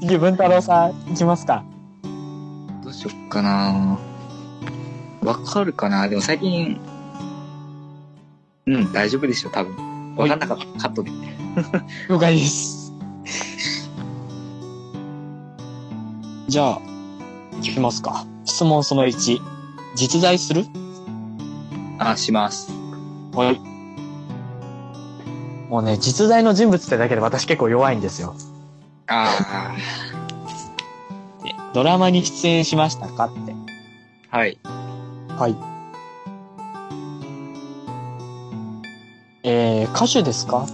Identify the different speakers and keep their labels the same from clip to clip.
Speaker 1: 次、文太郎さん、行きますか。
Speaker 2: どうしよっかなわかるかなでも最近、うん、大丈夫でしょ、多分。わかんなかった。カットで。
Speaker 1: 了解です。じゃあ、行きますか。質問その1。実在する
Speaker 2: あ、します。
Speaker 1: はい。もうね、実在の人物ってだけで私結構弱いんですよ。
Speaker 2: あ
Speaker 1: ドラマに出演しましたかって。
Speaker 2: あ、はい。
Speaker 1: はい。えー、歌手ですか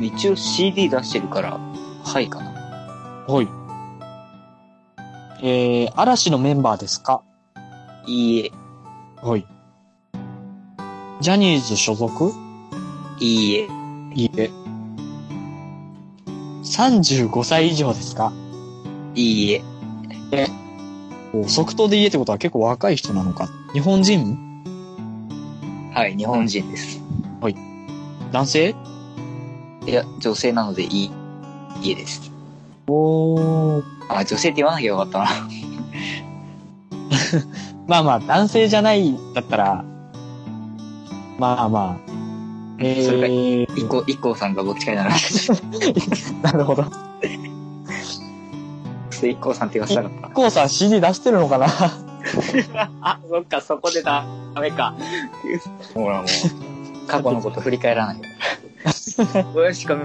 Speaker 2: 一応 CD 出してるから、はいかな。
Speaker 1: はい。えー、嵐のメンバーですか
Speaker 2: いいえ、
Speaker 1: はい。ジャニーズ所属
Speaker 2: いいえ、
Speaker 1: いいえ。35歳以上ですか
Speaker 2: いいえ。
Speaker 1: 即答で言えってことは結構若い人なのか。日本人
Speaker 2: はい、日本人です。
Speaker 1: 男性
Speaker 2: いや、女性なのでいい、いいえです。
Speaker 1: おー。
Speaker 2: あ、女性って言わなきゃよかったな。
Speaker 1: まあまあ、男性じゃないだったら、まあまあ。え
Speaker 2: それが
Speaker 1: ー、
Speaker 2: 一個、一個さんがどっちかにならなかっ
Speaker 1: なるほど。
Speaker 2: た。それ一個さんって言わせたかった。
Speaker 1: こうさん CD 出してるのかな
Speaker 2: あ、そっか、そこでダメか。ほらもう、 過去のこと振り返らない よ。これしか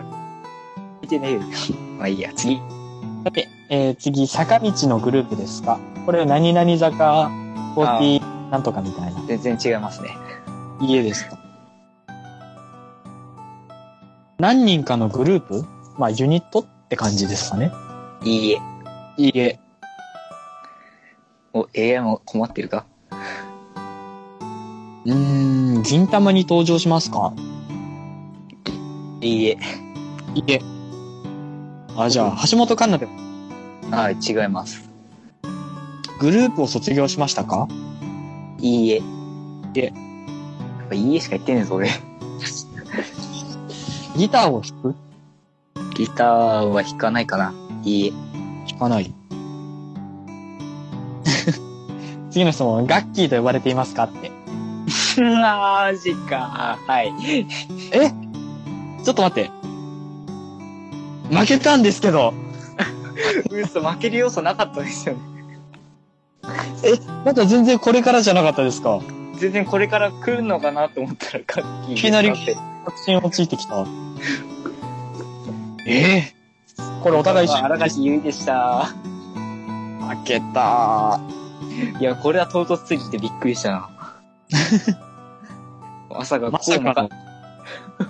Speaker 2: 見てねえよ。まあいいや、次。
Speaker 1: さて、えー、次、坂道のグループですかこれ、何々坂40なんとかみたいな
Speaker 2: 全然違いますね。
Speaker 1: 家ですか何人かのグループまあ、ユニットって感じですかね。
Speaker 2: いいえ。
Speaker 1: 家。
Speaker 2: お、AI も困ってるか
Speaker 1: うーん、銀玉に登場しますか
Speaker 2: いいえ。
Speaker 1: 家。あ、じゃあ、橋本環奈でも
Speaker 2: はい、違います。
Speaker 1: グループを卒業しましたか
Speaker 2: いいえ。
Speaker 1: え
Speaker 2: やっぱいいえしか言ってねえぞ、俺。
Speaker 1: ギターを弾く
Speaker 2: ギターは弾かないかな。いい
Speaker 1: 弾かない。 次の質問、ガッキーと呼ばれていますかって。
Speaker 2: え。マジか。はい。
Speaker 1: ちょっと待って。負けたんですけど。
Speaker 2: 嘘、負ける要素なかったですよね。
Speaker 1: まだ全然これからじゃなかったですか
Speaker 2: 全然これから来るのかなと思ったら、カッキー。
Speaker 1: いきなり
Speaker 2: って
Speaker 1: 確信をついてきた。ええこれお互い一緒
Speaker 2: 荒垣結衣でした。
Speaker 1: 負けた
Speaker 2: いや、これは唐突すぎてびっくりしたな。 まさか、
Speaker 1: まさかの
Speaker 2: こうも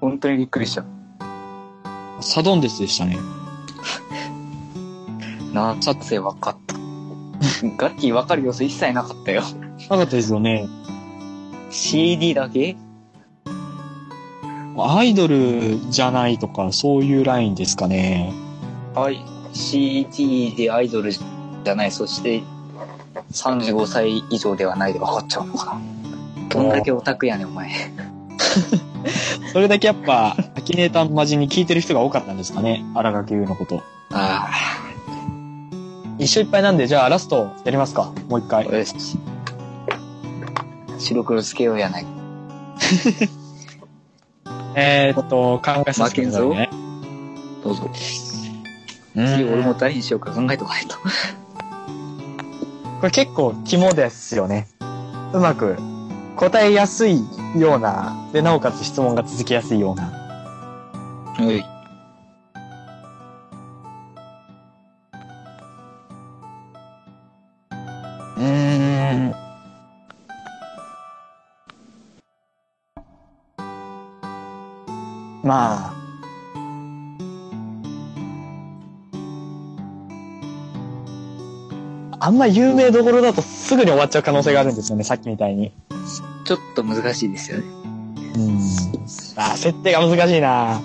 Speaker 2: 本当にびっくりした。
Speaker 1: サドンデスでしたね。
Speaker 2: なあ、撮影分 かった。ガッキー分かる要素一切なかったよ。
Speaker 1: なかったですよね。
Speaker 2: CD だけ
Speaker 1: アイドルじゃないとか、そういうラインですかね。
Speaker 2: はい。CD でアイドルじゃない、そして35歳以上ではないで分かっちゃうのかな。どんだけオタクやねん、お前。
Speaker 1: それだけやっぱ、アキネーターマジに聞いてる人が多かったんですかね。荒垣結衣のこと。
Speaker 2: あ
Speaker 1: 一緒いっぱいなんで、じゃあラストやりますか。もう一
Speaker 2: あ、
Speaker 1: 回。
Speaker 2: よし。白黒つけようやない。
Speaker 1: えー、っと、考えさせてくださいね。
Speaker 2: どうぞ。
Speaker 1: うん
Speaker 2: 次俺も誰にしようか考えとかないと。
Speaker 1: これ結構肝ですよね。うまく答えやすいような、で、なおかつ質問が続きやすいような。
Speaker 2: はい。
Speaker 1: うーん。まあ。あんま有名どころだとすぐに終わっちゃう可能性があるんですよね、さっきみたいに。
Speaker 2: ちょっと難しいですよね。
Speaker 1: うん。あ、設定が難しいな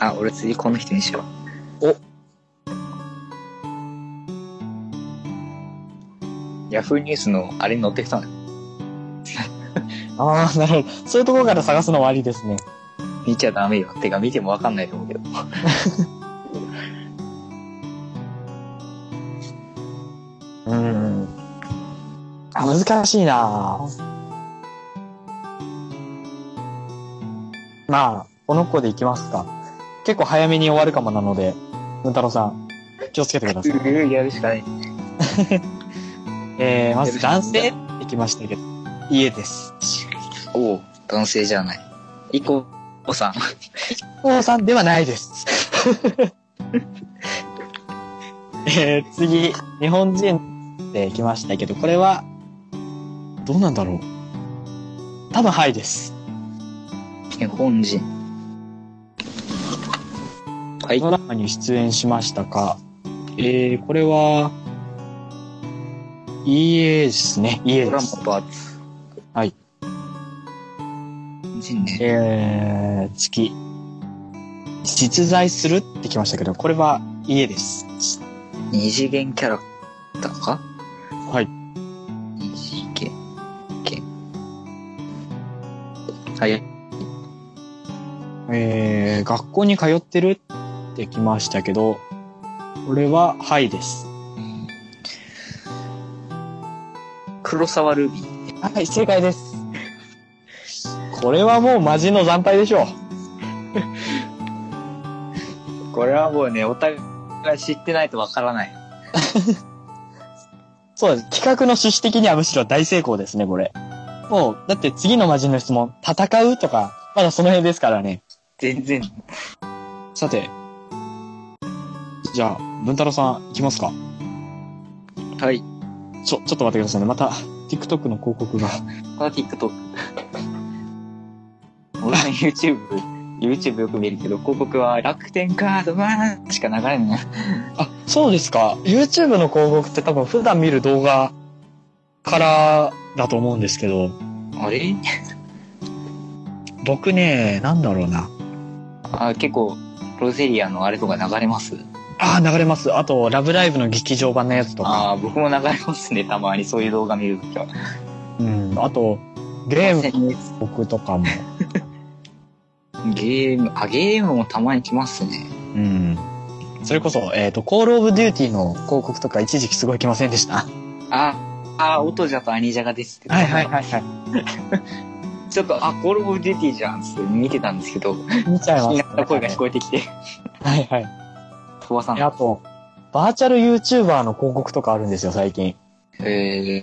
Speaker 2: あ、俺次この人にしよう。
Speaker 1: お
Speaker 2: ヤフーニュースのあれに載ってきたの。
Speaker 1: ああ、なるほど。そういうところから探すのもありですね。
Speaker 2: 見ちゃダメよ。てか見てもわかんないと思うけど。
Speaker 1: うん。あ、難しいなまあ、この子でいきますか。結構早めに終わるかもなので、文太郎さん、気をつけてください。
Speaker 2: やるしかない。
Speaker 1: えー、まず男性いきましたけど、家です。
Speaker 2: おお、男性じゃない。イコさん。
Speaker 1: お父さんではないです。 えー、次、日本人で来ましたけど、これは、どうなんだろう。多分はいです。
Speaker 2: 日本人。はい。
Speaker 1: ドラマに出演しましたか。えー、これは、EA ですね。EA
Speaker 2: ドラ
Speaker 1: で
Speaker 2: マ
Speaker 1: す。
Speaker 2: パーツ。
Speaker 1: はい。
Speaker 2: 日本人ね。
Speaker 1: えー、月。実在するって来ましたけど、これは EA です。
Speaker 2: 二次元キャラクターか
Speaker 1: はい。
Speaker 2: 二次元。けはい。
Speaker 1: えー、学校に通ってるって来ましたけど、これは、はいです。
Speaker 2: 黒沢ルビー。
Speaker 1: はい、正解です。これはもうマジの惨敗でしょう。
Speaker 2: これはもうね、お互い知ってないとわからない。
Speaker 1: そうです。企画の趣旨的にはむしろ大成功ですね、これ。もう、だって次のマジの質問、戦うとか、まだその辺ですからね。
Speaker 2: 全然。
Speaker 1: さて。じゃあ、文太郎さん、いきますか。
Speaker 2: はい。
Speaker 1: ちょ、ちょっと待ってくださいね。また、TikTok の広告が。
Speaker 2: まだ TikTok。俺は YouTube、YouTube よく見るけど、広告は楽天カードはしか流れない。
Speaker 1: あ、そうですか。YouTube の広告って多分普段見る動画からだと思うんですけど、
Speaker 2: あれ
Speaker 1: 僕ね、なんだろうな。
Speaker 2: あ、結構、ロゼリアのあれとか流れます
Speaker 1: ああ、流れます。あと、ラブライブの劇場版のやつとか。
Speaker 2: ああ、僕も流れますね、たまにそういう動画見るときは。
Speaker 1: うん。あと、ゲームの
Speaker 2: ム
Speaker 1: 広告とかも。
Speaker 2: ゲーム、あ、ゲームもたまに来ますね。
Speaker 1: うん。それこそ、えっ、と、コールオブデューティーの広告とか一時期すごい来ませんでした。
Speaker 2: あ、あ、オトジャとアニジャがですって。
Speaker 1: はいはい。
Speaker 2: ちょっと、あ、コールオブデューティーじゃんっつって見てたんですけど、
Speaker 1: 見ちゃい
Speaker 2: 気
Speaker 1: ま
Speaker 2: に
Speaker 1: す、
Speaker 2: なった声が聞こえてきて、
Speaker 1: はいはい。
Speaker 2: 飛ばさん
Speaker 1: あと、バーチャル YouTuber の広告とかあるんですよ、最近。
Speaker 2: えー、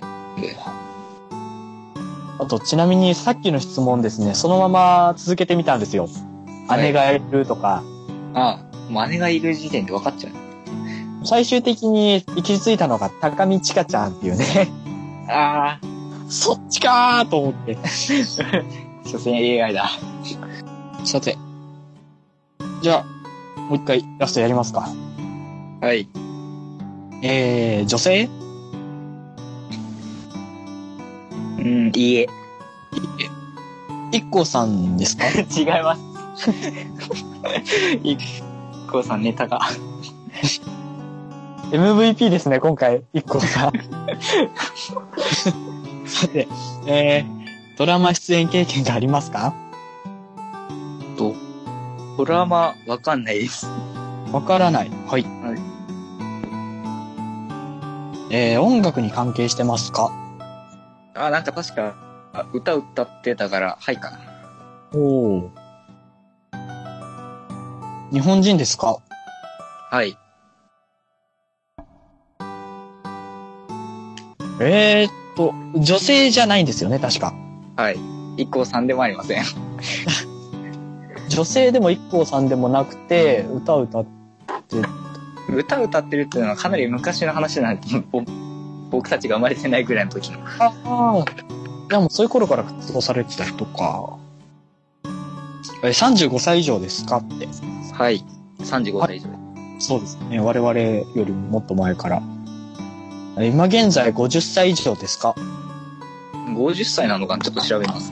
Speaker 1: あと、ちなみにさっきの質問ですね、そのまま続けてみたんですよ。
Speaker 2: はい
Speaker 1: 姉がいるとか、
Speaker 2: あ、真似がいる時点で分かっちゃう。
Speaker 1: 最終的に行き着いたのが高見千佳ちゃんっていうね、
Speaker 2: ああ、
Speaker 1: そっちかーと思って。
Speaker 2: 所詮 AI だ。
Speaker 1: さて。じゃあ、もう一回ラストやりますか。
Speaker 2: はい。
Speaker 1: えー、女性
Speaker 2: うん、いいえ。
Speaker 1: 一 k さんですか
Speaker 2: 違います。 いっこさんネタが。
Speaker 1: ?MVP ですね、今回、一 k さん。 さて、えー、ドラマ出演経験がありますか
Speaker 2: と、ドラマわかんないです。
Speaker 1: わからない。はい。えー、音楽に関係してますか
Speaker 2: あ、なんか確か、あ歌歌ってたから、はいかな。
Speaker 1: おお。日本人ですか
Speaker 2: はい。
Speaker 1: えー、っと、女性じゃないんですよね、確か。
Speaker 2: はい。一行さんでもありません。
Speaker 1: 女性でも一 k さんでもなくて、歌を歌っ
Speaker 2: 歌歌ってるっていうのはかなり昔の話なんで、ぼ僕たちが生まれてないぐらいの時の。
Speaker 1: ああ。でもそういう頃から活動されてた人か。え、35歳以上ですかって。
Speaker 2: はい。35歳以上です。
Speaker 1: そうですね。我々よりももっと前から。え今現在50歳以上ですか
Speaker 2: 50歳なのかなちょっと調べます。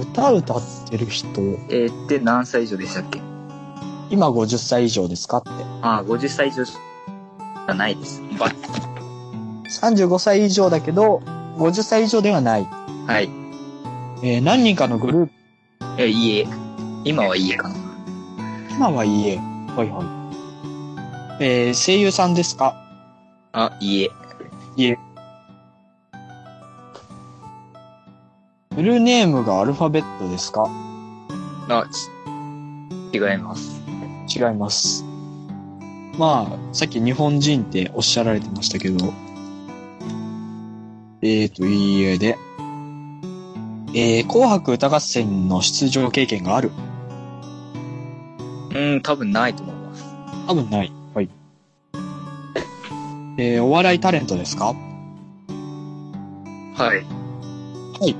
Speaker 1: 歌歌ってる人、
Speaker 2: えー、って何歳以上でしたっけ
Speaker 1: 今50歳以上ですかって。
Speaker 2: あー、50歳以上じゃないです。ば
Speaker 1: 35歳以上だけど、50歳以上ではない。
Speaker 2: はい。
Speaker 1: えー何人かのグルー
Speaker 2: いや、家。今は家かな。
Speaker 1: 今は家。はいはい。えー、声優さんですか
Speaker 2: あ、家。
Speaker 1: フルネームがアルファベットですか
Speaker 2: あ、ち、違います。
Speaker 1: 違います。まあ、さっき日本人っておっしゃられてましたけど、えーと、いいえで、えー、紅白歌合戦の出場経験がある
Speaker 2: うん、多分ないと思います。
Speaker 1: 多分ない。はい。えー、お笑いタレントですか
Speaker 2: はい。
Speaker 1: い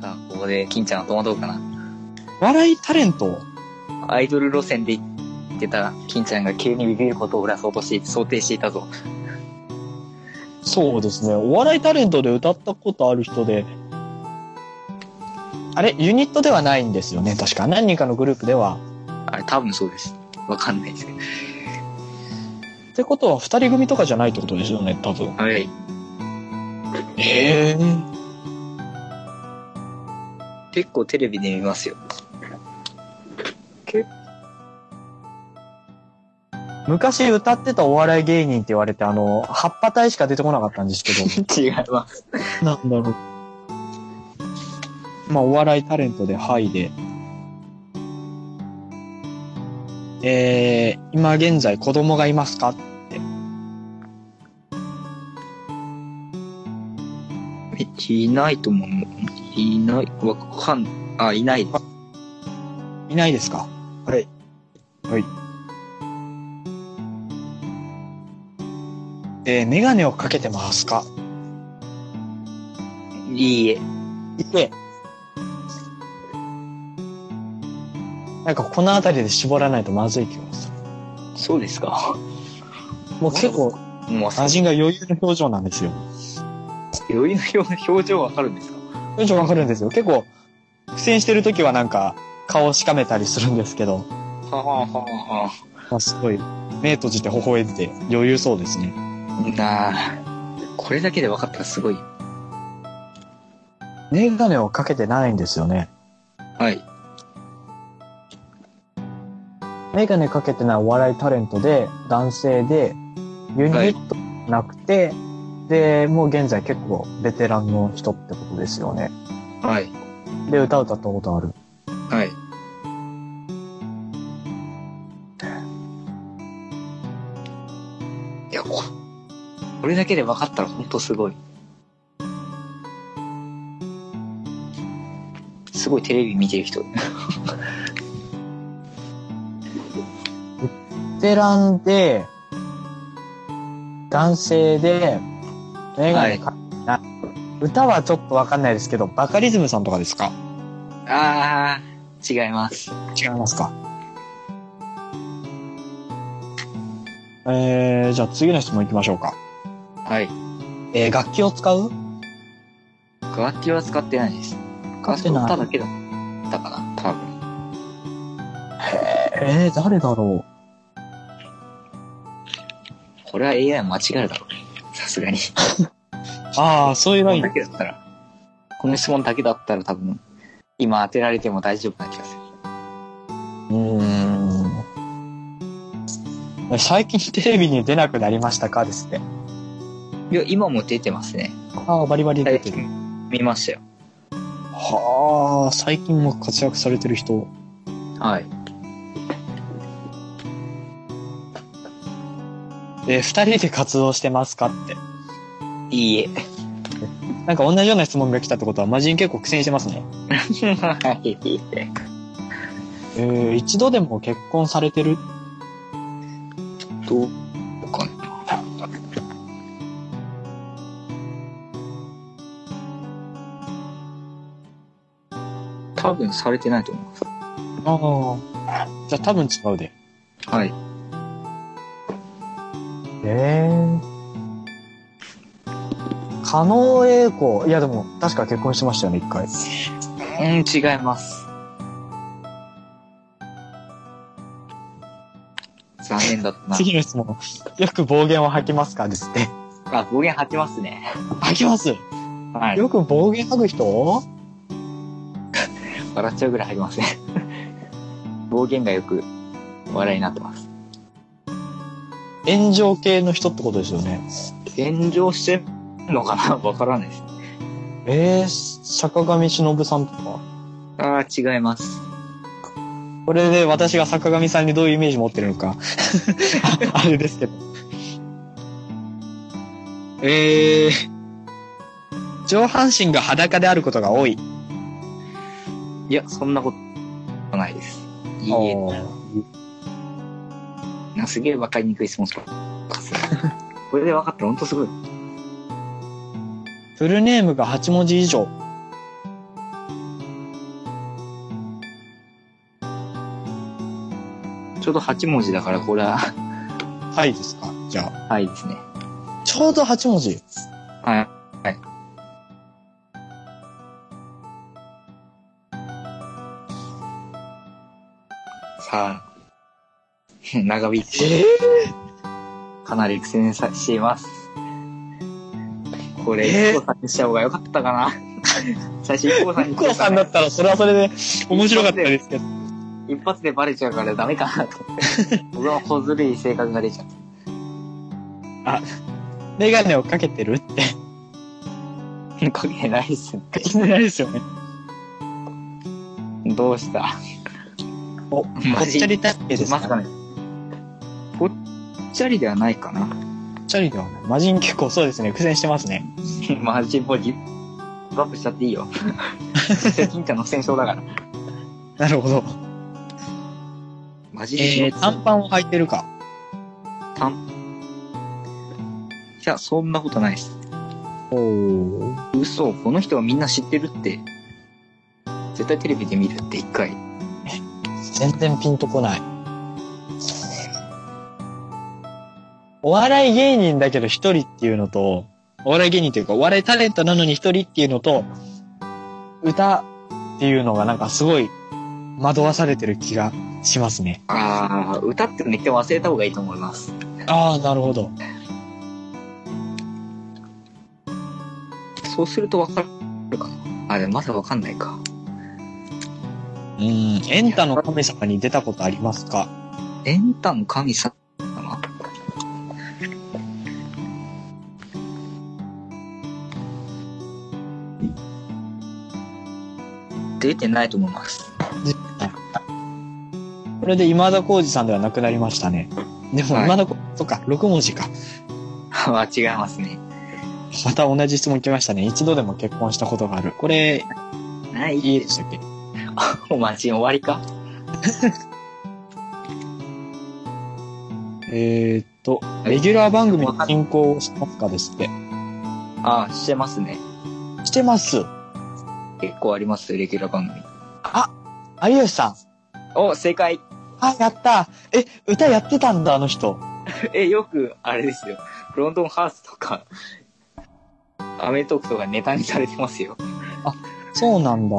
Speaker 2: さあ、ここで、金ちゃんは戸惑うかな。
Speaker 1: お笑いタレント
Speaker 2: アイドル路線で行ってた金ちゃんが急にビビることを裏そうとして、想定していたぞ。
Speaker 1: そうですね。お笑いタレントで歌ったことある人で、あれ、ユニットではないんですよね。確か。何人かのグループでは。
Speaker 2: あれ、多分そうです。わかんないですけど。
Speaker 1: ってことは、二人組とかじゃないってことですよね、多分。
Speaker 2: はい。
Speaker 1: へえ。
Speaker 2: 結構テレビで見ますよ。
Speaker 1: 昔歌ってたお笑い芸人って言われて、あの、葉っぱ隊しか出てこなかったんですけど。
Speaker 2: 違います。
Speaker 1: なんだろう。まあ、お笑いタレントで、はいで。えー、今現在子供がいますか
Speaker 2: いないと思う。いない、わかん、あ、いないです。
Speaker 1: いないですか
Speaker 2: はい。
Speaker 1: はい。えー、メガネをかけてますか
Speaker 2: いいえ。
Speaker 1: いて。なんかこの辺りで絞らないとまずい気がす
Speaker 2: そうですか。
Speaker 1: る。もう結構、
Speaker 2: もう、
Speaker 1: 魔人が余裕の表情なんですよ。
Speaker 2: 余裕の表表情わかるんですか
Speaker 1: 表情わかるんですよ。結構、苦戦してる時はなんか、顔をしかめたりするんですけど、
Speaker 2: はははは
Speaker 1: まあ、すごい、目閉じて微笑んで余裕そうですね。
Speaker 2: なあ。これだけで分かったらすごい。
Speaker 1: メガネをかけてないんですよね。
Speaker 2: はい。
Speaker 1: メガネかけてないお笑いタレントで、男性で、ユニットなくて、で、もう現在結構ベテランの人ってことですよね。
Speaker 2: はい。
Speaker 1: で、歌歌ったことある。
Speaker 2: はい。いや、こ、これだけで分かったら本当すごい。すごいテレビ見てる人。
Speaker 1: ベテランで、男性で、メガネかけてない、歌はちょっとわかんないですけど、バカリズムさんとかですか
Speaker 2: あー、違います。
Speaker 1: 違いますかえー、じゃあ次の質問行きましょうか。
Speaker 2: はい。
Speaker 1: えー、楽器を使う
Speaker 2: 楽器は使ってないです。楽器は歌だけだったかな、多分。
Speaker 1: えー、誰だろう
Speaker 2: これは AI 間違えるだろう。さすがに。
Speaker 1: ああ、そういう
Speaker 2: こ
Speaker 1: ライ
Speaker 2: れ
Speaker 1: ン
Speaker 2: だ。けだったら、この質問だけだったら多分、今当てられても大丈夫な気がする。
Speaker 1: うーん。最近テレビに出なくなりましたかですね。
Speaker 2: いや、今も出てますね。
Speaker 1: ああ、バリバリ出
Speaker 2: 最
Speaker 1: てる。
Speaker 2: 近見ましたよ。
Speaker 1: はあ、最近も活躍されてる人。
Speaker 2: はい。
Speaker 1: えー、二人で活動してますかって。
Speaker 2: いいえ。
Speaker 1: なんか同じような質問が来たってことは、魔人結構苦戦してますね。
Speaker 2: はい、いいえ。
Speaker 1: えー、一度でも結婚されてる
Speaker 2: どうかな。多分されてないと思
Speaker 1: ああ。じゃあ多分違うで。
Speaker 2: う。はい。
Speaker 1: ええ加納栄子。いやでも、確か結婚してましたよね、一回。
Speaker 2: うん、違います。残念だった な。
Speaker 1: 次の質問。よく暴言を吐きますかですって。
Speaker 2: あ、暴言吐きますね。
Speaker 1: 吐きます
Speaker 2: はい。
Speaker 1: よく暴言吐く人
Speaker 2: 笑っちゃうぐらい入りません。 暴言がよく笑いになってます。
Speaker 1: 炎上系の人ってことですよね。
Speaker 2: 炎上してんのかな わからないです。
Speaker 1: えー、坂上忍さんとか。
Speaker 2: ああ、違います。
Speaker 1: これで私が坂上さんにどういうイメージ持ってるの か。あれですけど。えー、上半身が裸であることが多い。
Speaker 2: いや、そんなことないです。いいえ。
Speaker 1: おー
Speaker 2: なすげえわかりにくい質問します。これで分かったらほんとすごい。
Speaker 1: フルネームが8文字以上。
Speaker 2: ちょうど8文字だから、これは、
Speaker 1: はいですかじゃあ。
Speaker 2: はいですね。
Speaker 1: ちょうど8文字。
Speaker 2: はい。さあ、 長引いて、かなり苦戦さしています。これ、
Speaker 1: えー
Speaker 2: 一個さんにした方が良かったかな。 最初、一個さんに
Speaker 1: コロさんだったらそれはそれで面白かったですけど。
Speaker 2: 一発でバレちゃうからダメか なと思って。僕の小ずるい性格が出ちゃった。
Speaker 1: メガネをかけてるって
Speaker 2: 関係ないっすね。
Speaker 1: 言ってないですよね。
Speaker 2: どうした
Speaker 1: お、ぽ
Speaker 2: マ
Speaker 1: っ
Speaker 2: ジ
Speaker 1: ちゃり体型です
Speaker 2: まさ
Speaker 1: か
Speaker 2: かね。ぽっちゃりではないかな。
Speaker 1: ぽっちゃりではない。魔人結構そうですね。苦戦してますね。
Speaker 2: マジボディバップしちゃっていいよ。セキンちゃんの戦勝だから。
Speaker 1: なるほど。
Speaker 2: マジ
Speaker 1: えー、短パンを履いてるか。
Speaker 2: パン。いや、そんなことないです。
Speaker 1: おお。
Speaker 2: 嘘、この人はみんな知ってるって。絶対テレビで見るって一回。
Speaker 1: 全然ピンとこない。お笑い芸人だけど一人っていうのと、お笑い芸人というか、お笑いタレントなのに一人っていうのと、歌っていうのがなんかすごい惑わされてる気がしますね。
Speaker 2: ああ、歌ってめっちゃ忘れた方がいいと思います。
Speaker 1: ああ、なるほど。
Speaker 2: そうするとわかるかな。あ、でもまだわかんないか。
Speaker 1: うん、エンタの神様に出たことありますか
Speaker 2: エンタの神様出てないと思います。
Speaker 1: これで今田耕司さんではなくなりましたね。でも
Speaker 2: はい
Speaker 1: 今田耕、そっか、6文字か。
Speaker 2: あ、違いますね。
Speaker 1: また同じ質問来ましたね。一度でも結婚したことがある。これ、
Speaker 2: ない。
Speaker 1: いいでしたっけ
Speaker 2: お待ち終わりか
Speaker 1: えー、っと、
Speaker 2: い
Speaker 1: レギュラー番組の進行をしますかですって。
Speaker 2: あ、してますね。
Speaker 1: してます。
Speaker 2: 結構ありますよ、レギュラー番組。
Speaker 1: 有吉さん。
Speaker 2: お、正解。
Speaker 1: あ、やった。え、歌やってたんだ、あの人。
Speaker 2: え、よく、あれですよ。ロンドンハーツとか、アメトークとかネタにされてますよ。
Speaker 1: そうなんだ。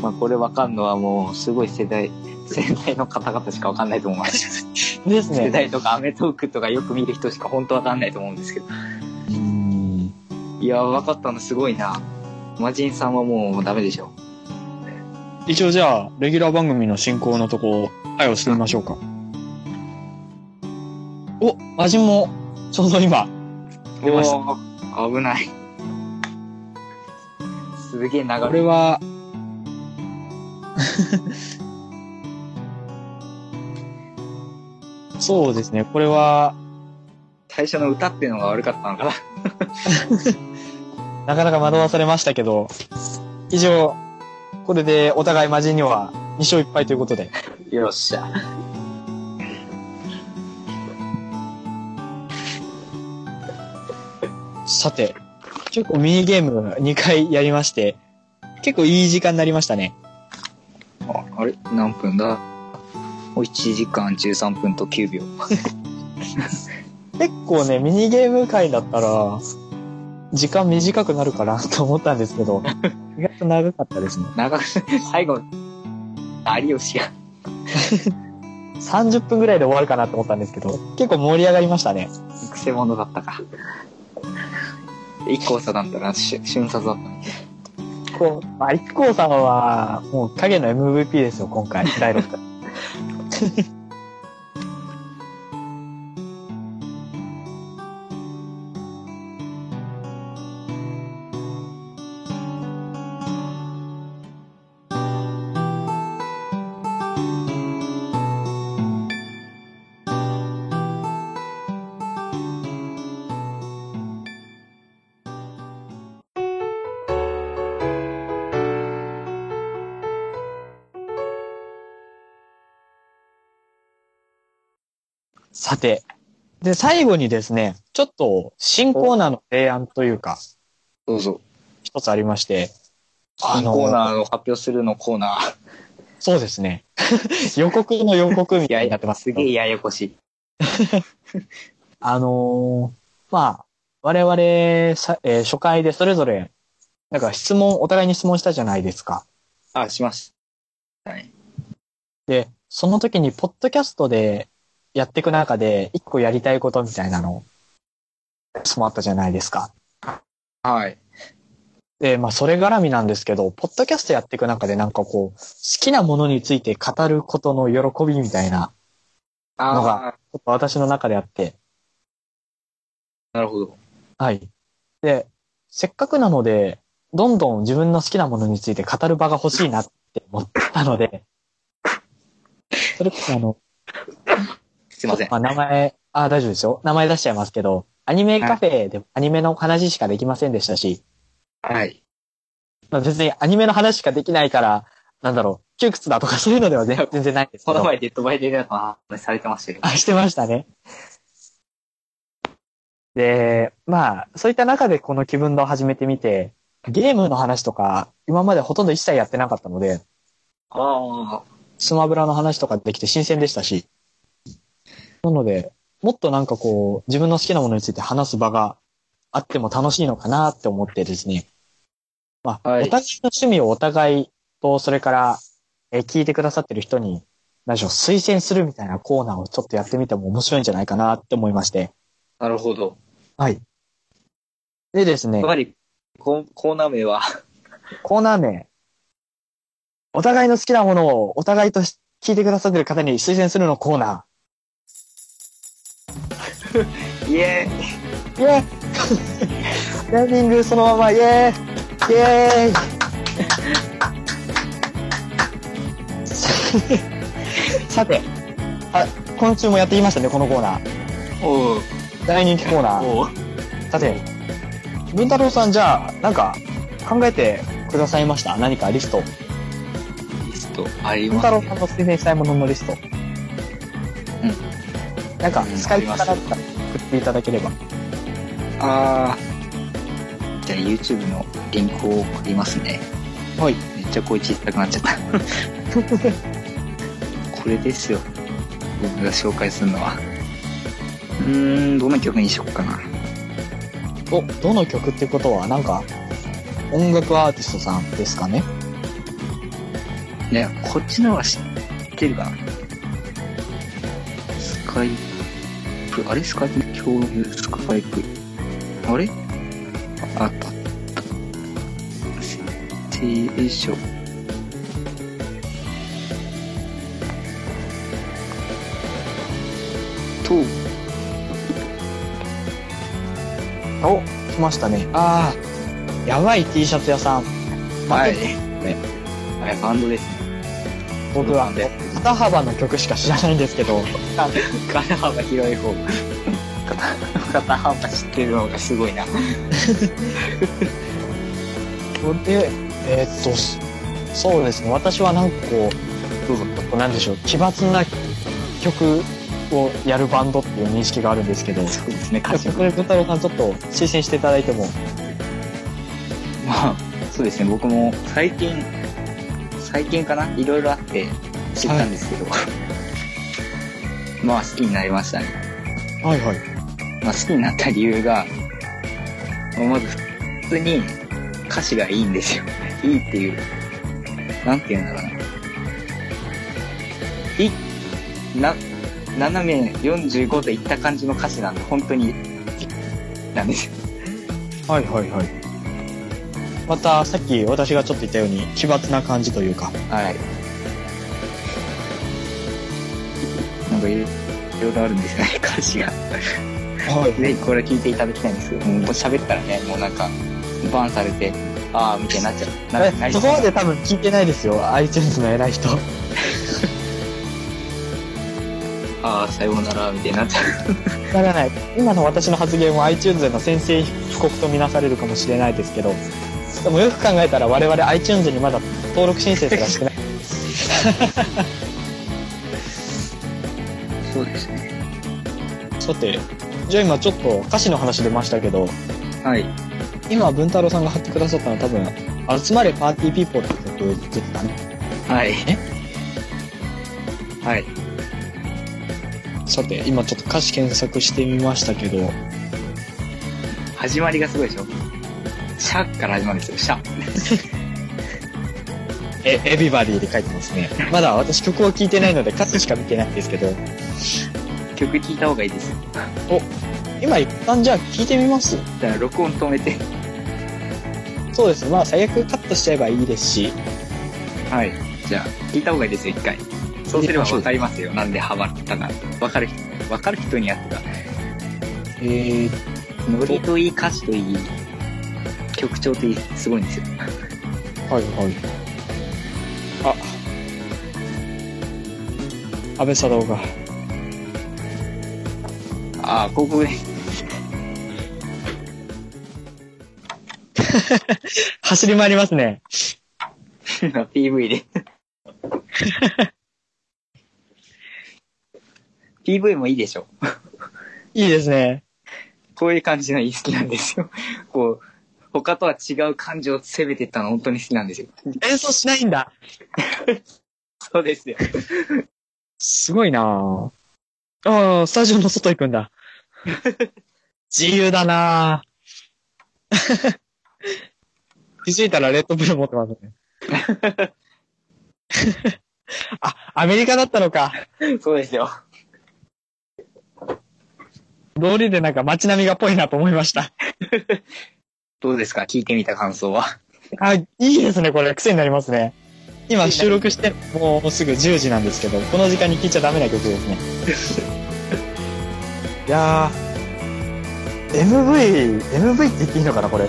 Speaker 2: まあ、これわかんのはもう、すごい世代、世代の方々しかわかんないと思います。
Speaker 1: です
Speaker 2: 世
Speaker 1: ね。
Speaker 2: 代とかアメトークとかよく見る人しか本当わかんないと思うんですけど。
Speaker 1: うーん。
Speaker 2: いやー、わかったのすごいな。マジンさんはもうダメでしょ。
Speaker 1: 一応じゃあ、レギュラー番組の進行のとこ、対応してみましょうか。お、マジンも、ちょうど今、出ました
Speaker 2: おー危ない。すげえ流
Speaker 1: こ
Speaker 2: れ
Speaker 1: れ。は、そうですね、これは、
Speaker 2: 最初の歌っていうのが悪かったのかな。
Speaker 1: なかなか惑わされましたけど、以上、これでお互いマジには2勝1敗ということで。
Speaker 2: よっしゃ。
Speaker 1: さて、結構ミニゲーム2回やりまして、結構いい時間になりましたね。
Speaker 2: ああれ何分だお1時間13分と9秒。
Speaker 1: 結構ね、ミニゲーム回だったら、時間短くなるかなと思ったんですけど、意外と長かったですね。
Speaker 2: 長く、最後、有吉が。
Speaker 1: 30分ぐらいで終わるかなと思ったんですけど、結構盛り上がりましたね。
Speaker 2: くせ者だったか。一個差だったな、し瞬殺だったね。
Speaker 1: こう、まあ、育子さんは、もう影の MVP ですよ、今回、第6回。 さて。で、最後にですね、ちょっと、新コーナーの提案というか、
Speaker 2: どうぞ。
Speaker 1: 一つありまして、
Speaker 2: あのコーナーを発表するのコーナー。
Speaker 1: そうですね。 予告の予告み
Speaker 2: い
Speaker 1: たいになってます
Speaker 2: す
Speaker 1: けど
Speaker 2: げえややこしい。
Speaker 1: あのーまあ、我々さ、えー初回でそれぞれ、なんか質問、お互いに質問したじゃないですか。
Speaker 2: あ、します。はい。
Speaker 1: で、その時に、ポッドキャストでやっていく中で、一個やりたいことみたいなの、質問あったじゃないですか。
Speaker 2: はい。
Speaker 1: で、まあ、それ絡みなんですけど、ポッドキャストやっていく中で、なんかこう、好きなものについて語ることの喜びみたいな、の
Speaker 2: あ
Speaker 1: がちょっと私の中であって、
Speaker 2: あ、なるほど。
Speaker 1: はい。で、せっかくなので、どんどん自分の好きなものについて語る場が欲しいなって思ったので、それこそあの、
Speaker 2: すいません。
Speaker 1: あ、名前、あ、大丈夫ですよ。名前出しちゃいますけど、アニメカフェでアニメの話しかできませんでしたし、
Speaker 2: はい。
Speaker 1: まあ、別にアニメの話しかできないから、なんだろう、窮屈だとかそういうのでは全全然ないんですけ
Speaker 2: この
Speaker 1: ど。
Speaker 2: 前デッドバイデイライトの話されてましたけど。
Speaker 1: あ、してましたね。で、まあ、そういった中でこの気分堂を始めてみて、ゲームの話とか、今までほとんど一切やってなかったので、
Speaker 2: ああ、
Speaker 1: スマブラの話とかできて新鮮でしたし、なので、もっとなんかこう、自分の好きなものについて話す場があっても楽しいのかなって思ってですね、まあ、
Speaker 2: はい
Speaker 1: お互いの趣味をお互いと、それから、えー聞いてくださってる人に、何でしょう、推薦するみたいなコーナーをちょっとやってみても面白いんじゃないかなって思いまして、
Speaker 2: なるほど。
Speaker 1: はい。でですね
Speaker 2: や、はり、ココーナー名は、
Speaker 1: コーナー名、お互いの好きなものをお互いとし聞いてくださってる方に推薦するのコーナー、
Speaker 2: イエ
Speaker 1: イェーイ ランディングそのままイェーイイェーイ さて、あ、今週もやってきましたね、このコーナー。
Speaker 2: ーイおう
Speaker 1: 大人気コーナー。
Speaker 2: おう
Speaker 1: さて、文太郎さん、じゃあ、なんか、考えてくださいました何かリスト。
Speaker 2: リストあり
Speaker 1: 文
Speaker 2: ま
Speaker 1: 太
Speaker 2: す
Speaker 1: 郎
Speaker 2: ね
Speaker 1: さんの推薦したいもののリスト。なんか、
Speaker 2: うん
Speaker 1: スカイプ
Speaker 2: ありま
Speaker 1: か
Speaker 2: す
Speaker 1: らだったら送っていただければ。
Speaker 2: ああ。じゃあ YouTube のリンクを送りますね。
Speaker 1: はい。
Speaker 2: めっちゃ声小さくなっちゃった。これですよ。僕が紹介するのは。うーん、どの曲にしようかな。
Speaker 1: お、どの曲ってことは、なんか、音楽アーティストさんですかね
Speaker 2: ね、こっちの方が知ってるかな。スカイプ、あれスカイプ共有、スカイプ。あれああった。あった設定書。と、
Speaker 1: お、来ましたね。ああ、やばい T シャツ屋さん。
Speaker 2: はい
Speaker 1: 負け。
Speaker 2: はい、バンドですね。
Speaker 1: 僕は
Speaker 2: で、
Speaker 1: 肩幅の曲しか知らないんですけど、
Speaker 2: 肩幅広い方。肩肩幅知ってるのがすごいな。
Speaker 1: で、えーっと、そそうですね、私はなんかこう、
Speaker 2: どうぞ。
Speaker 1: ちょっとなんでしょう、奇抜な曲をやるバンドっていう認識があるんですけど、
Speaker 2: そうですね、 歌詞
Speaker 1: そ こで豚郎さんちょっと推薦していただいても、
Speaker 2: まあ、そうですね、僕も最近、最近かないろいろあって知ったんですけど、 まあ好きになりましたね。
Speaker 1: はいはい。
Speaker 2: まあ好きになった理由が、まあまず普通に歌詞がいいんですよ。 いいっていう、なんて言うんだろうな。い、な、斜め45といった感じの歌詞なんで、本当に、なんですよ
Speaker 1: はいはいはい。またさっき私がちょっと言ったように奇抜な感じというか、
Speaker 2: はい。なんかいろいろあるんですよね、歌詞が。ぜひこれ聞いていただきたいんですけど、もう喋ったらね、もうなんか、バンされて、ああ、みたいになっちゃう。なな
Speaker 1: え
Speaker 2: り
Speaker 1: そうこまで多分聞いてないですよ iTunes の偉い人
Speaker 2: ああ、さようなら、みたいになっちゃう。
Speaker 1: ならない今の私の発言も iTunes への宣戦布告とみなされるかもしれないですけどでもよく考えたら我々 iTunes にまだ登録申請すらしてない
Speaker 2: そうですね。
Speaker 1: さてじゃあ今ちょっと歌詞の話出ましたけど
Speaker 2: はい。
Speaker 1: 今文太郎さんが貼ってくださったのは多分「集まれパーティーピーポー」って曲ですかね
Speaker 2: はい。はい。
Speaker 1: さて今ちょっと歌詞検索してみましたけど
Speaker 2: 始まりがすごいでしょ。シャから始まるんですよ、シャ。
Speaker 1: え、エビバディで書いてますね。まだ私曲を聴いてないので歌詞しか見てないんですけど、
Speaker 2: 曲聞いた方がいい です。
Speaker 1: 今一旦じゃあ聴いてみます
Speaker 2: だから録音止めて。
Speaker 1: そうですね。まあ最悪カットしちゃえばいいですし、
Speaker 2: はい。じゃあ、聞いた方がいいですよ、一回。そうすればわかりますよ。なんでハマったか。わかる人、わかる人にやってた。
Speaker 1: えー、
Speaker 2: ノリといい、歌詞といい、曲調といい、すごいんですよ。
Speaker 1: はいはい。あ、安倍サダヲが。
Speaker 2: ああ、ここで。
Speaker 1: 走り回りますね。
Speaker 2: 今 PV で。PV もいいでしょ。
Speaker 1: いいですね。
Speaker 2: こういう感じの好きなんですよ。こう、他とは違う感情を攻めてったの本当に好きなんですよ。
Speaker 1: 演奏しないんだ。
Speaker 2: そうですよ。
Speaker 1: すごいなぁああ、スタジオの外行くんだ。自由だなぁ気づいたらレッドブル持ってますね。あ、アメリカだったのか。
Speaker 2: そうですよ。
Speaker 1: 通りでなんか街並みがぽいなと思いました。
Speaker 2: どうですか聞いてみた感想は。
Speaker 1: あ、いいですね、これ。癖になりますね。今収録して、もうすぐ10時なんですけど、この時間に聴いちゃダメな曲ですね。 いやー、MV、MV って言っていいのかな、これ。
Speaker 2: あ、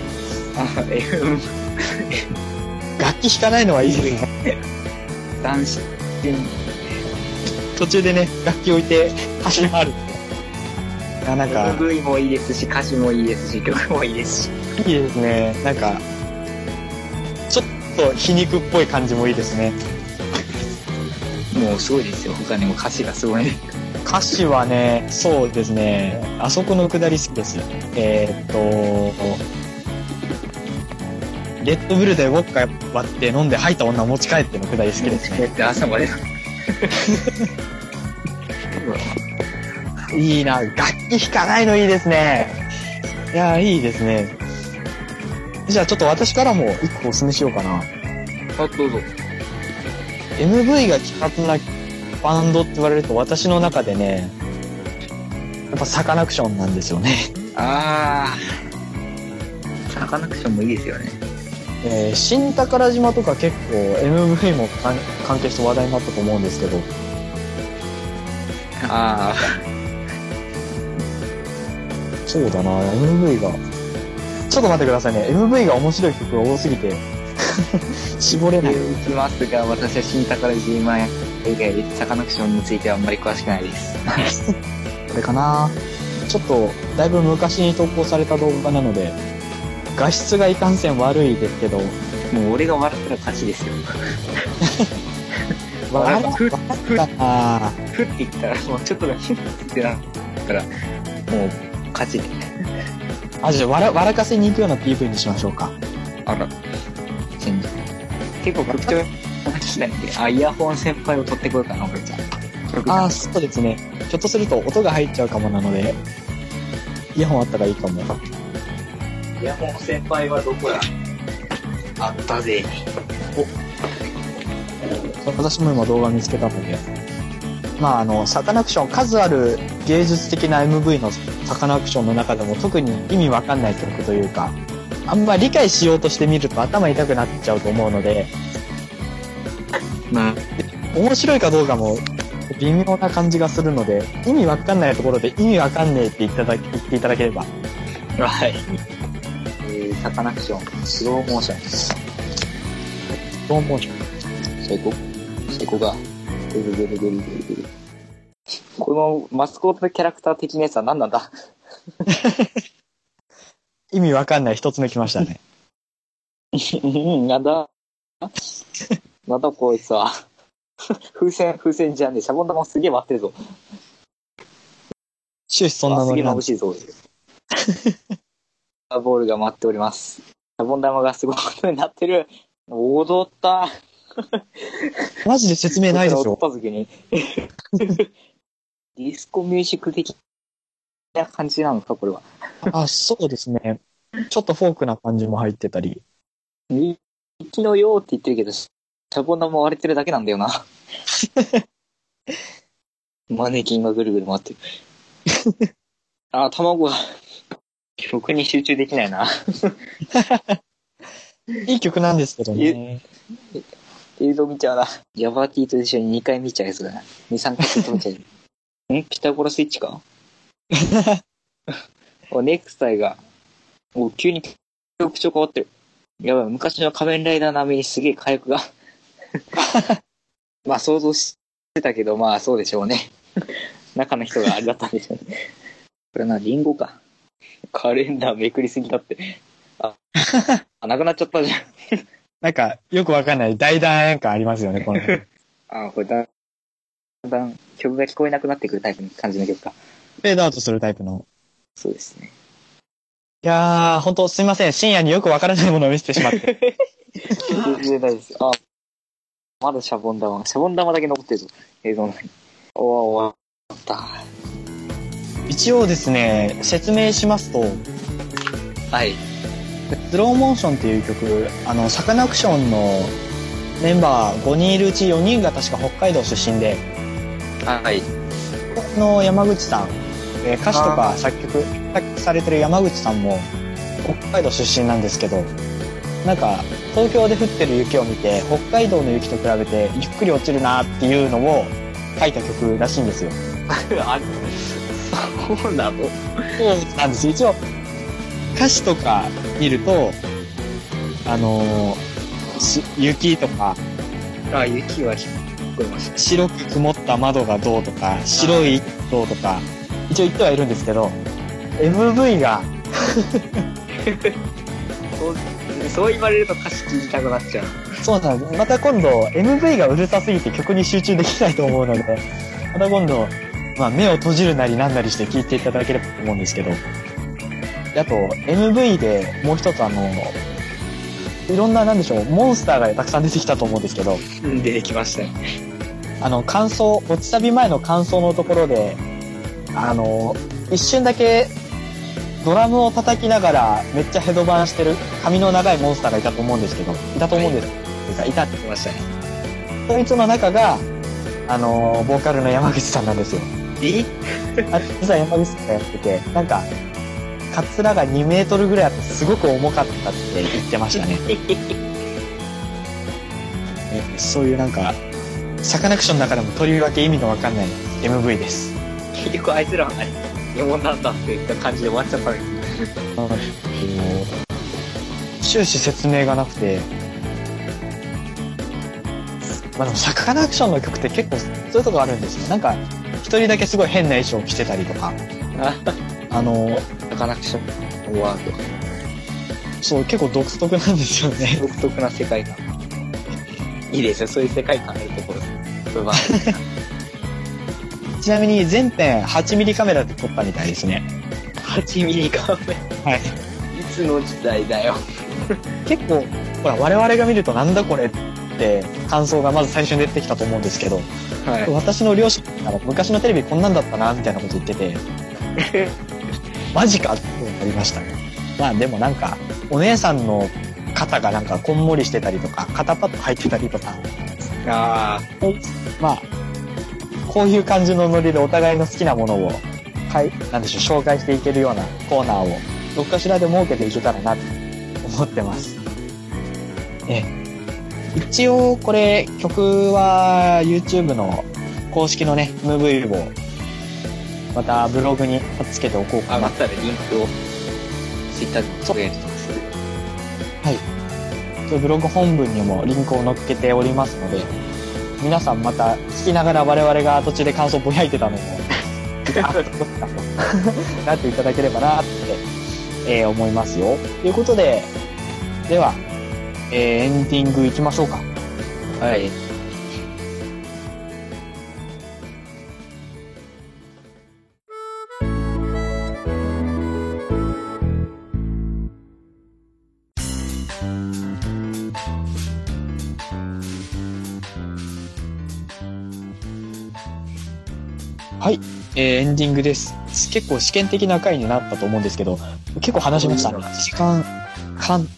Speaker 2: え、うん
Speaker 1: 楽器弾かないのはいいですね。
Speaker 2: 斬新。
Speaker 1: 途中でね、楽器置いて走り回る。あ、なんか、
Speaker 2: MV もいいですし、歌詞もいいですし、曲もいいですし。
Speaker 1: いいですね。なんか、ちょっと皮肉っぽい感じもいいですね。
Speaker 2: もうすごいですよ。他にも歌詞がすごいね。
Speaker 1: 歌詞はね、そうですね、あそこのくだり好きです。えーっと、レッドブルでウォッカ割って飲んで吐いた女持ち帰ってのくだり好きですね。
Speaker 2: で朝までだ。
Speaker 1: いいな、楽器弾かないのいいですね。いやー、いいですね。じゃあちょっと私からも一個おすすめしようかな。
Speaker 2: あ、どうぞ。
Speaker 1: MV が奇抜なバンドって言われると私の中でね、やっぱサカナクションなんですよね。
Speaker 2: ああ。サカナクションもいいですよね。
Speaker 1: えー新宝島とか結構 MV も関関係して話題になったと思うんですけど、
Speaker 2: あ
Speaker 1: そうだな、MV が。ちょっと待ってくださいね。MV が面白い曲が多すぎて、 絞れ
Speaker 2: あ。
Speaker 1: ない。
Speaker 2: 言いますが、私は新宝島以外でサカナクションについてはあんまり詳しくないです。
Speaker 1: これかなちょっと、だいぶ昔に投稿された動画なので、画質がいかんせん悪いですけど、
Speaker 2: もう俺が笑ったら勝ちですよ。
Speaker 1: 笑
Speaker 2: なんかふっ
Speaker 1: ったな
Speaker 2: ふって言ったら、もうちょっとだけってなったら、もう勝ちで。
Speaker 1: あ、じゃあ、笑笑かせに行くような PV にしましょうか。
Speaker 2: あら。全然。結構曲調話したいんで、あ、イヤホン先輩を取ってこようかな、俺じゃ
Speaker 1: ああ、そうですね。ひょっとすると音が入っちゃうかもなので、イヤホンあったらいいかも。
Speaker 2: イヤホン先輩はどこだあったぜ。
Speaker 1: 私も今動画見つけたので。まあ、あの、サカナクション、数ある芸術的な MV のサカナクションの中でも特に意味わかんない曲というか、あんま理解しようとしてみると頭痛くなっちゃうと思うので、
Speaker 2: まあ、
Speaker 1: 面白いかどうかも微妙な感じがするので、意味わかんないところで意味わかんねえって言っただけ言っていただければ。
Speaker 2: はい。えー、サカナクション、スローモーション。
Speaker 1: どう思う
Speaker 2: 最高最高が。ぐるぐるぐるぐるぐる。このマスコットキャラクター的なやつは何なんだ
Speaker 1: 意味わかんない一つ目来ましたね。
Speaker 2: うん、 なんだなんだこいつは。風船、風船じゃねえ。シャボン玉すげえ割ってるぞ。
Speaker 1: 終始そんな
Speaker 2: あす
Speaker 1: ノ
Speaker 2: げえ
Speaker 1: リなん
Speaker 2: 眩
Speaker 1: です。
Speaker 2: しいぞ。サボールが待っております。シャボン玉がすごいことになってる。踊った。
Speaker 1: マジで説明ないでし
Speaker 2: 踊っ
Speaker 1: ょ。
Speaker 2: た時に。 ディスコミュージック的な感じなのか、これは。
Speaker 1: あ、そうですね。ちょっとフォークな感じも入ってたり。
Speaker 2: 生きのようって言ってるけど、シャボン玉割れてるだけなんだよな。マネキンがぐるぐる回って る。あ、卵が、曲に集中できないな。
Speaker 1: いい曲なんですけどね。
Speaker 2: 映像見ちゃうな。ヤバティと一緒に2回見ちゃうやつだな。2、3回ずっと見 ちゃう。んピタゴラスイッチ かお、ネクスタイが、お、急に曲調変わってる。やばい、昔の仮面ライダー並みにすげえ火 薬が。まあ想像してたけど、まあそうでしょうね。中の人があれだったんでしょうね。これな、リンゴか。カレンダーめくりすぎだって。 あ、あなくなっちゃったじゃん。
Speaker 1: なんか、よくわかんない大団円感ありますよね、この辺。
Speaker 2: あこれだ、だんだん曲が聞こえなくなってくるタイプの感じの曲か。
Speaker 1: フェードアウトするタイプの。
Speaker 2: そうですね。
Speaker 1: いやー、ほんとすいません。深夜によくわからないものを見せてしまって。
Speaker 2: 全然大丈夫です。あまだシャボン玉。シャボン玉だけ残ってるぞ。映像の中に。おわおわ。終わっ
Speaker 1: 一応ですね、説明しますと、
Speaker 2: た。はい。
Speaker 1: スローモーションっていう曲、あの、サカナクションのメンバー5人いるうち4人が確か北海道出身で、
Speaker 2: はい。
Speaker 1: この山口さん、えー歌詞とか作曲、作曲されてる山口さんも北海道出身なんですけど、なんか東京で降ってる雪を見て、北海道の雪と比べてゆっくり落ちるなっていうのを書いた曲らしいんですよ。
Speaker 2: あそうなの
Speaker 1: そうなんですよ一応、歌詞とか見ると、あのーし雪とか、
Speaker 2: あ、雪は聞こえまし
Speaker 1: 白く曇った窓がどうとか、白いどうとか、一応言ってはいるんですけど、MV が、
Speaker 2: た。そう言われると歌詞聞きたくなっちゃう。
Speaker 1: そうなんです。また今度、MV がうるさすぎて曲に集中できないと思うので、また今度、まあ、目を閉じるなりなんなりして聴いていただければと思うんですけど。であと、MV でもう一つあの、いろんな、なんでしょう、モンスターがたくさん出てきたと思うんですけど、
Speaker 2: うん、出てきましたね。
Speaker 1: あの、感想、落ちサビ前の感想のところで、あの、一瞬だけ、ドラムを叩きながら、めっちゃヘドバンしてる、髪の長いモンスターがいたと思うんですけど、いたと思うんです。いた、いたって
Speaker 2: 出ましたね。
Speaker 1: そいつの中が、あのーボーカルの山口さんなんですよ。
Speaker 2: え
Speaker 1: あ実は山口さんがやってて、なんか、カツラが2メートルぐらいあって、すごく重かったって言ってましたね。 えそういうなんか、サカナクションの中でもとりわけ意味のわかんない MV です。
Speaker 2: 結局あいつらは何 日本なんだっていった感じで終わっちゃったね。
Speaker 1: 終始説明がなくて、まあでもサカナクションの曲って結構そういうとこあるんですよ。なんか、一人だけすごい変な衣装を着てたりとか、あのー
Speaker 2: なかなかションワード。
Speaker 1: そう、結構独特なんですよね。
Speaker 2: 独特な世界観。いいですよ、そういう世界観のいいところです。うまい
Speaker 1: ちなみに全編8ミリカメラで撮ったみたいですね。
Speaker 2: 8ミリカメ。
Speaker 1: はい。
Speaker 2: いつの時代だよ。
Speaker 1: 結構、ほら、我々が見るとなんだこれって感想がまず最初に出てきたと思うんですけど、
Speaker 2: はい。
Speaker 1: 私の両親から昔のテレビこんなんだったな、みたいなこと言ってて、マジかってなりましたね。まあでもなんか、お姉さんの肩がなんかこんもりしてたりとか、肩パッド入ってたりとか、
Speaker 2: あ
Speaker 1: まあ、こういう感じのノリでお互いの好きなものを、はい、なんでしょう、紹介していけるようなコーナーを、どっかしらで設けていけたらな、思ってます。ええ、一応これ曲は YouTube の公式のね、MV をまたブログに貼っつけておこうか
Speaker 2: あ、
Speaker 1: な
Speaker 2: またね、リンクを、ツイッターでつぶやいてます。
Speaker 1: と。ブログ本文にもリンクを載っけておりますので、皆さんまた聞きながら我々が途中で感想ぼやいてたのも、あそうかとなって いただければなって、えー思いますよ。ということで、では、えーエンディングいきましょうか。
Speaker 2: はい。
Speaker 1: えーエンディングです。結構試験的な回になったと思うんですけど、結構話しましたね。
Speaker 2: そういうの
Speaker 1: 1時間半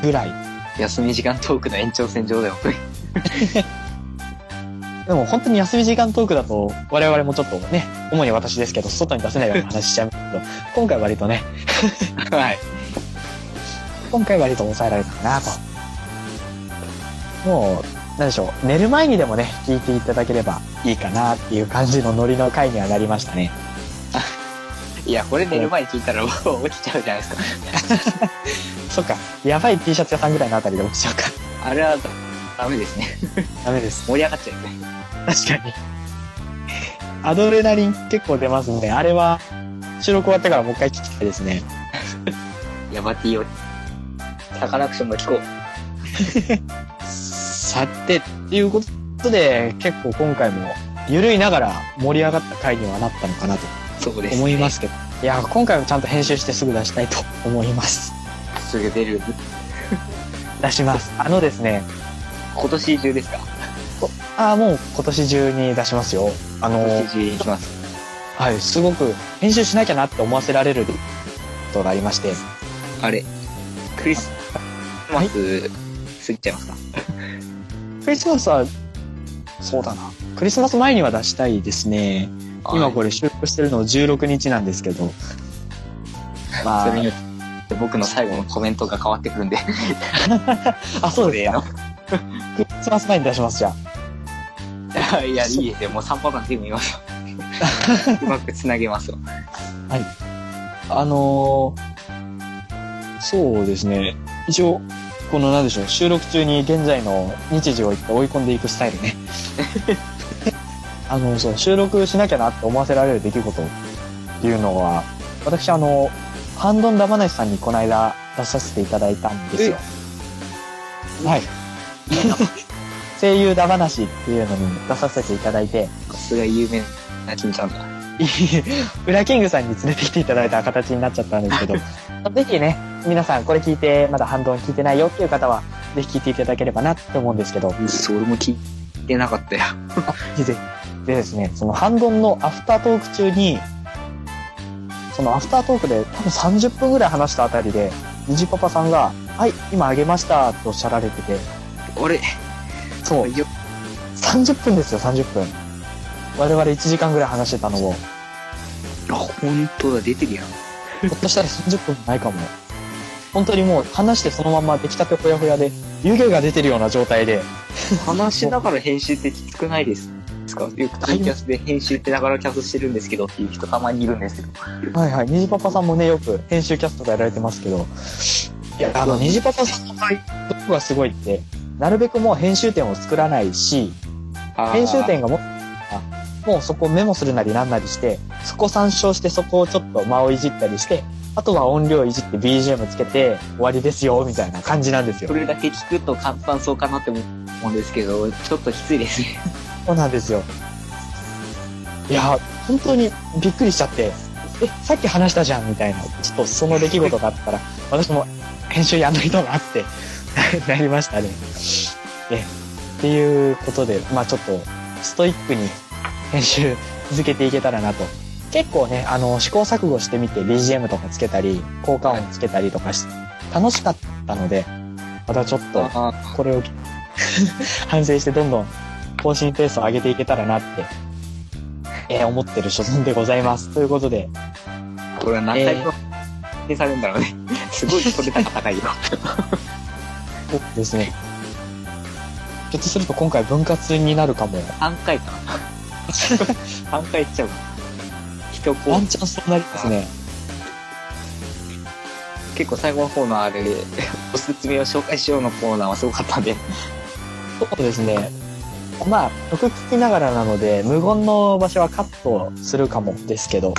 Speaker 1: ぐらい。
Speaker 2: 休み時間トークの延長線上だよ、これ。
Speaker 1: でも本当に休み時間トークだと、我々もちょっとね、主に私ですけど、外に出せないような話しちゃいますけど、今回割とね、
Speaker 2: はい。
Speaker 1: 今回割と抑えられたかなと。もう、なんでしょう、寝る前にでもね、聞いていただければいいかなっていう感じのノリの回にはなりましたね。
Speaker 2: いや、これ寝る前に聞いたら、 もう起きちゃうじゃないですか。
Speaker 1: そっか、やばい T シャツ屋さんぐらいのあたりで起きちゃうか。
Speaker 2: あれは、ダメですね。
Speaker 1: ダメです。
Speaker 2: 盛り上がっちゃうよね。
Speaker 1: 確かに。アドレナリン結構出ますんで、あれは収録終わってからもう一回聞きたいですね。
Speaker 2: ヤバティを。サカナクションの聞こう。
Speaker 1: さて、っていうことで、結構今回も緩いながら盛り上がった回にはなったのかなと
Speaker 2: そうです、
Speaker 1: 思いま。すけど、いや、今回もちゃんと編集してすぐ出したいと思います。
Speaker 2: すぐ出る。
Speaker 1: 出します。あのですね、
Speaker 2: 今年中ですか
Speaker 1: ああ、もう今年中に出しますよ。あの
Speaker 2: 今、年中に行きます。
Speaker 1: はい、すごく編集しなきゃなって思わせられることがありまして、
Speaker 2: あれ、クリスマス、過ぎちゃいますか
Speaker 1: クリスマスは、そうだな。クリスマス前には出したいですね。今これ
Speaker 2: れ。
Speaker 1: 収録してるの16日なんですけど。ま
Speaker 2: そ
Speaker 1: あ
Speaker 2: れ、に、僕の最後のコメントが変わってくるんで。
Speaker 1: あ、そうです
Speaker 2: せ
Speaker 1: か。 クリスマス前に出します、じゃあ。
Speaker 2: ーのいや、いいですよ。もう3パターン全 部見ますよ。うまくつなげますよ。
Speaker 1: あのーそうですね。一応、このなんでしょう、収録中に現在の日時を一回追い込んでいくスタイルね。あの、そう、収録しなきゃなって思わせられる出来事っていうのは、私、あの、ハンドンダバナシさんにこの間出させていただいたんですよ。はい。 声優ダバナシっていうのに出させていただいて、
Speaker 2: さすが有名な君ちゃんだ。
Speaker 1: いえウラキングさんに連れてきていただいた形になっちゃったんですけど、 ぜひね、皆さんこれ聞いて、まだ反論聞いてないよっていう方は、ぜひ聞いていただければなって思うんですけど、ぜ
Speaker 2: それも聞いてなかったよ。
Speaker 1: ひぜひ。でですね、その反論のアフタートーク中に、そのアフタートークで多分30分ぐらい話したあたりで、ニジパパさんが、はい、今あげましたっておっしゃられてて、
Speaker 2: あれ
Speaker 1: そう、
Speaker 2: よ
Speaker 1: 30分ですよ、30分。我々1時間ぐらい話してたのを、
Speaker 2: あ本当だ、出てる やん。
Speaker 1: ひょっとしたら30分もないかも。本当にもう話してそのまま出来たてほやほやで、湯気が出てるような状態で、
Speaker 2: 話しながら編集ってきつくないですかよくツイキャスで編集ってながらキャスしてるんですけどっていう人たまにいるんですけど。
Speaker 1: はいはい、虹パパさんもね、よく編集キャストがやられてますけど、いや、あの、虹パパさんの場合、どこがすごいって、なるべくもう編集点を作らないし、編集点がもっとあもうそこメモするなりなんなりして、そこ参照してそこをちょっと間をいじったりして、あとは音量いじって BGM つけて終わりですよ、みたいな感じなんですよ
Speaker 2: そ。れだけ聞くと簡単そうかなって思うんですけど、ちょっときついですね。
Speaker 1: そうなんですよ。いや、本当にびっくりしちゃって、え、さっき話したじゃんみたいな、ちょっとその出来事があったから、私も編集やんないとなって なりましたね。え、っていうことで、まあちょっとストイックに編集続けていけたらなと。結構ね、あの、試行錯誤してみて BGM とかつけたり、効果音つけたりとかし、楽しかったので、またちょっと
Speaker 2: あ
Speaker 1: これを 反省してどんどん更新ペースを上げていけたらなって、えー思ってる所存でございます。ということで、
Speaker 2: ーこれは何回も、えされるんだろうね。すごいそれなんか高いよ。
Speaker 1: そうですね。ひょっとすると今回分割になるかも。
Speaker 2: 3回 かな。3回いっちゃうかな。一コ
Speaker 1: ワ
Speaker 2: ー
Speaker 1: ンチャンそうなりますね。
Speaker 2: 結構最後の方のあれで、おすすめを紹介しようのコーナーはすごかったんで。
Speaker 1: そうですね。まあ、曲聴きながらなので、無言の場所はカットするかもですけど。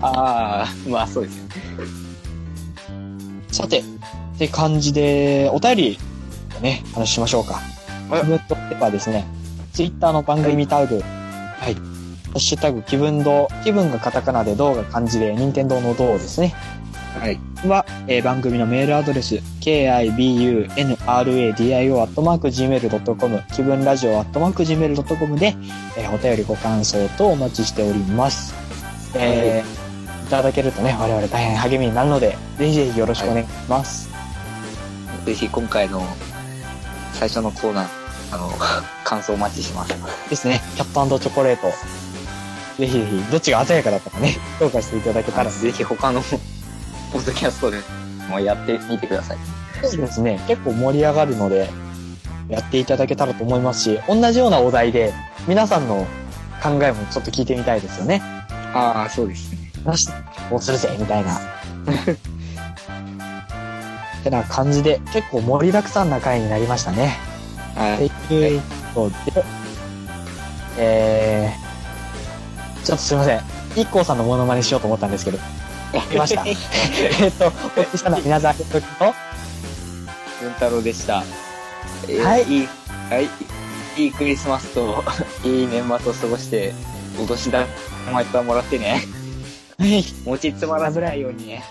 Speaker 2: ああ、まあそうですね。
Speaker 1: さて、って感じで、お便りをね、話しましょうか。
Speaker 2: はい
Speaker 1: 気分といえばですね、ツイッターの番組タグ、はい。ハッシュタグ、気分堂、気分がカタカナで、堂が漢字で、任天堂の堂ですね。
Speaker 2: はい。
Speaker 1: は、えー番組のメールアドレス、kibunradio.gmail.com、気分ラジオ .gmail.com で、えーお便りご感想とお待ちしております。えーいただけるとね、我々大変励みになるので、ぜひぜひよろしくお願いします。
Speaker 2: ぜひ今回の最初のコーナー、あの、 感想お待ちしてます。
Speaker 1: ですね、キャットチョコレート。ぜひぜひ、どっちが鮮やかだったかね、評価していただけたら。
Speaker 2: ぜひ他のポッドキャストでもやってみてください。
Speaker 1: そうですね、結構盛り上がるので、やっていただけたらと思いますし、同じようなお題で、皆さんの考えもちょっと聞いてみたいですよね。
Speaker 2: ああ、そうですね。
Speaker 1: よし、こうするぜ、みたい な。ってな感じで、結構盛りだくさんな回になりましたね。
Speaker 2: は
Speaker 1: とい
Speaker 2: い。
Speaker 1: うことで、えー、ちょっとすいません。一 k さんのモノマネしようと思ったんですけど、出ましたえっと、お聞きしたのは皆さん、えっと、
Speaker 2: 文太郎でした。えー
Speaker 1: はい
Speaker 2: いい、はい。いいクリスマスと、 いい年末を過ごして、お年玉い っぱいもらってね。
Speaker 1: はい。
Speaker 2: 持ちつまらずらいようにね。